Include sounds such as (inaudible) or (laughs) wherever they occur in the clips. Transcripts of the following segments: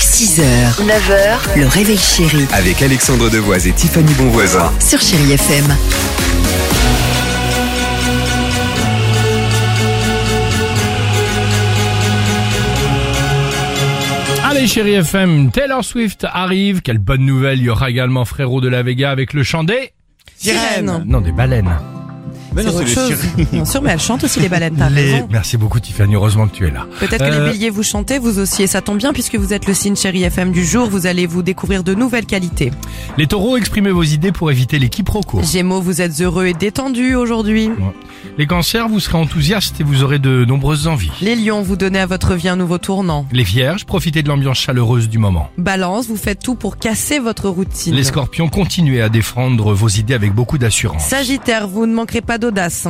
6h, 9h, le réveil chéri Avec Alexandre Devoise et Tiffany Bonvoisin. sur Chérie FM. Allez chérie FM, Taylor Swift arrive, quelle bonne nouvelle, il y aura également Frérot de la Vega avec le chant des... Sirène. Non, des baleines. Mais non, Ah c'est autre chose. Bien sûr, mais elle chante aussi les baleines, t'as Les- raison. Merci beaucoup Tiffany, heureusement que tu es là. Peut-être que Euh, les béliers vous chantez, vous aussi, et ça tombe bien puisque vous êtes le signe chéri FM du jour, vous allez vous découvrir de nouvelles qualités. Les taureaux, exprimez vos idées pour éviter les quiproquos. Gémeaux, vous êtes heureux et détendu aujourd'hui. Les cancers, vous serez enthousiastes et vous aurez de nombreuses envies. Les lions, vous donnez à votre vie un nouveau tournant. Les vierges, profitez de l'ambiance chaleureuse du moment. Balance, vous faites tout pour casser votre routine. Les scorpions, continuez à défendre vos idées avec beaucoup d'assurance. Sagittaire, vous ne manquerez pas d'audace.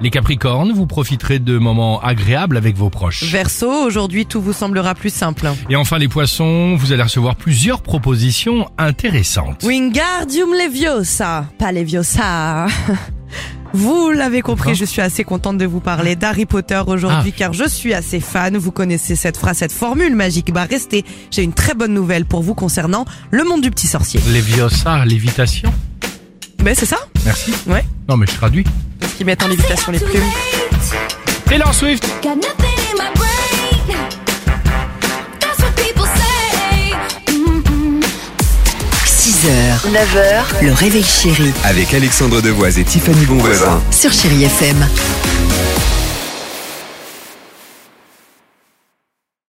Les capricornes, vous profiterez de moments agréables avec vos proches. Verseau, aujourd'hui tout vous semblera plus simple. Et enfin les poissons, vous allez recevoir plusieurs propositions intéressantes. Wingardium Leviosa, pas Leviosa. hein. (laughs) Vous l'avez compris, je suis assez contente de vous parler d'Harry Potter aujourd'hui car je suis assez fan. Vous connaissez cette phrase, cette formule magique. Bah restez, j'ai une très bonne nouvelle pour vous concernant le monde du petit sorcier. Les Leviosa, lévitation. Mais Bah, c'est ça Merci. Ouais. Non mais je traduis. Parce qu'ils mettent en lévitation les plumes. Taylor Swift. Got nothing in my brain. That's what people say. Mm-mm. 6h, 9h, le réveil chéri Avec Alexandre Devoise et Tiffany Bonvoisin. sur Chérie FM.